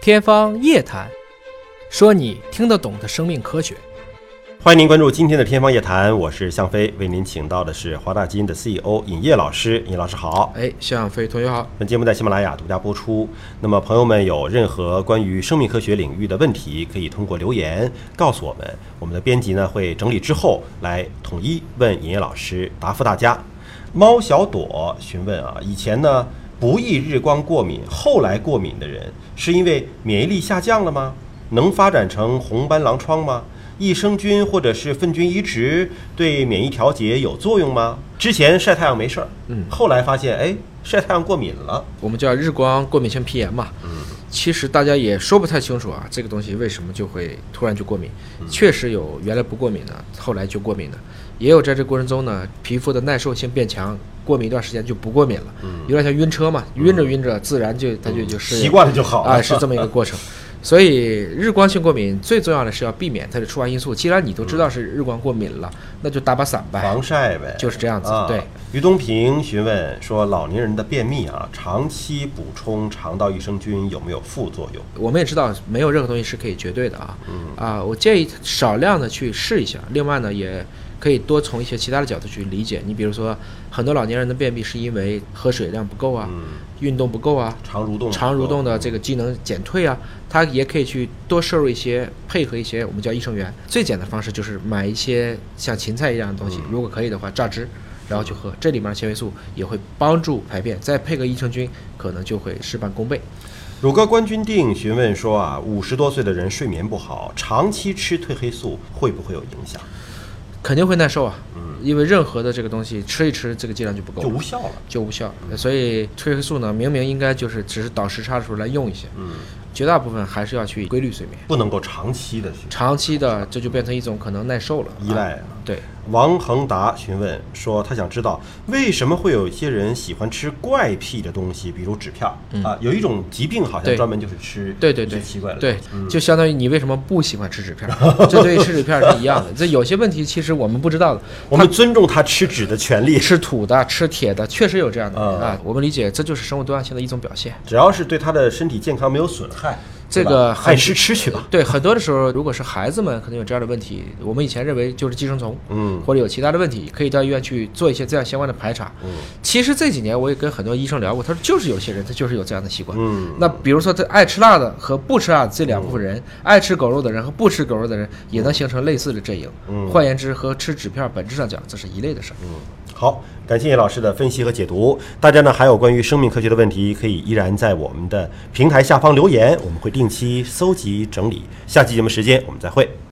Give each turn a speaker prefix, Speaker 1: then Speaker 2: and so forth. Speaker 1: 天方夜谭，说你听得懂的生命科学。
Speaker 2: 欢迎您关注今天的《天方夜谭》，我是向飞，为您请到的是华大基因的 CEO 尹烨老师。尹老师好，
Speaker 3: 哎，向飞同学好。
Speaker 2: 本节目在喜马拉雅独家播出。那么，朋友们有任何关于生命科学领域的问题，可以通过留言告诉我们，我们的编辑呢会整理之后来统一问尹烨老师答复大家。猫小朵询问啊，以前呢不易日光过敏，后来过敏的人是因为免疫力下降了吗？能发展成红斑狼疮吗？益生菌或者是粪菌移植对免疫调节有作用吗？之前晒太阳没事儿，嗯，后来发现哎晒太阳过敏了，
Speaker 3: 我们叫日光过敏性皮炎嘛。嗯，其实大家也说不太清楚啊，这个东西为什么就会突然就过敏？
Speaker 2: 嗯
Speaker 3: 确实有原来不过敏的，后来就过敏的，也有在这过程中呢，皮肤的耐受性变强，过敏一段时间就不过敏了，有点像晕车嘛，晕着晕着自然就它就就适应
Speaker 2: 嗯习惯了就好了
Speaker 3: 啊，是这么一个过程。所以日光性过敏最重要的是要避免它的触发因素。既然你都知道是日光过敏了，那就打把伞呗。
Speaker 2: 防晒呗，
Speaker 3: 就是这样子
Speaker 2: 啊、
Speaker 3: 对，
Speaker 2: 于东平询问说，老年人的便秘啊，长期补充肠道益生菌有没有副作用？
Speaker 3: 我们也知道，没有任何东西是可以绝对的啊。
Speaker 2: 嗯
Speaker 3: 啊，我建议少量的去试一下。另外呢，也可以多从一些其他的角度去理解。你比如说，很多老年人的便秘是因为喝水量不够啊，
Speaker 2: 嗯
Speaker 3: 运动不够啊，
Speaker 2: 肠蠕动，
Speaker 3: 肠蠕动的这个机能减退啊，它也可以去多摄入一些，配合一些我们叫益生元。最简单的方式就是买一些像芹菜一样的东西，
Speaker 2: 嗯
Speaker 3: 如果可以的话榨汁，然后去喝，这里面的纤维素也会帮助排便，再配个益生菌，可能就会事半功倍。
Speaker 2: 乳鸽冠军定询问说啊，五十多岁的人睡眠不好，长期吃褪黑素会不会有影响？
Speaker 3: 肯定会耐受啊，因为任何的这个东西吃一吃，这个剂量就不够
Speaker 2: 嗯就
Speaker 3: 了，
Speaker 2: 无效嗯了。
Speaker 3: 就无效。所以褪黑素呢，明明应该就是只是倒时差的时候来用一下，
Speaker 2: 嗯
Speaker 3: 绝大部分还是要去规律睡眠，
Speaker 2: 不能够长期的去
Speaker 3: 长期的这就变成一种可能耐受了，
Speaker 2: 依赖啊
Speaker 3: 啊对，
Speaker 2: 王恒达询问说，他想知道为什么会有一些人喜欢吃怪癖的东西，比如纸片儿、啊，有一种疾病好像
Speaker 3: 嗯对
Speaker 2: 专门就是吃
Speaker 3: 对对
Speaker 2: 一些
Speaker 3: 对，
Speaker 2: 奇怪嗯的
Speaker 3: 对，就相当于你为什么不喜欢吃纸片儿？这对于吃纸片儿是一样的。这有些问题其实我们不知道的，
Speaker 2: 我们尊重他吃纸的权利，
Speaker 3: 吃土的、吃铁的，确实有这样的人
Speaker 2: 啊
Speaker 3: 啊。我们理解，这就是生物多样性的一种表现。
Speaker 2: 只要是对他的身体健康没有损害，
Speaker 3: 这
Speaker 2: 对
Speaker 3: 个
Speaker 2: 吧按
Speaker 3: 很
Speaker 2: 时吃去吧。
Speaker 3: 对，很多的时候，如果是孩子们可能有这样的问题，我们以前认为就是寄生虫，
Speaker 2: 嗯，
Speaker 3: 或者有其他的问题，可以到医院去做一些这样相关的排查。嗯，其实这几年我也跟很多医生聊过，他说就是有些人他就是有这样的习惯。
Speaker 2: 嗯，
Speaker 3: 那比如说他爱吃辣的和不吃辣的这两部分人，爱吃狗肉的人和不吃狗肉的人也能形成类似的阵营。嗯，换言之，和吃纸片儿本质上讲，这是一类的事儿。
Speaker 2: 好，感谢叶老师的分析和解读。大家呢还有关于生命科学的问题，可以依然在我们的平台下方留言，我们会定期搜集整理。下期节目时间我们再会。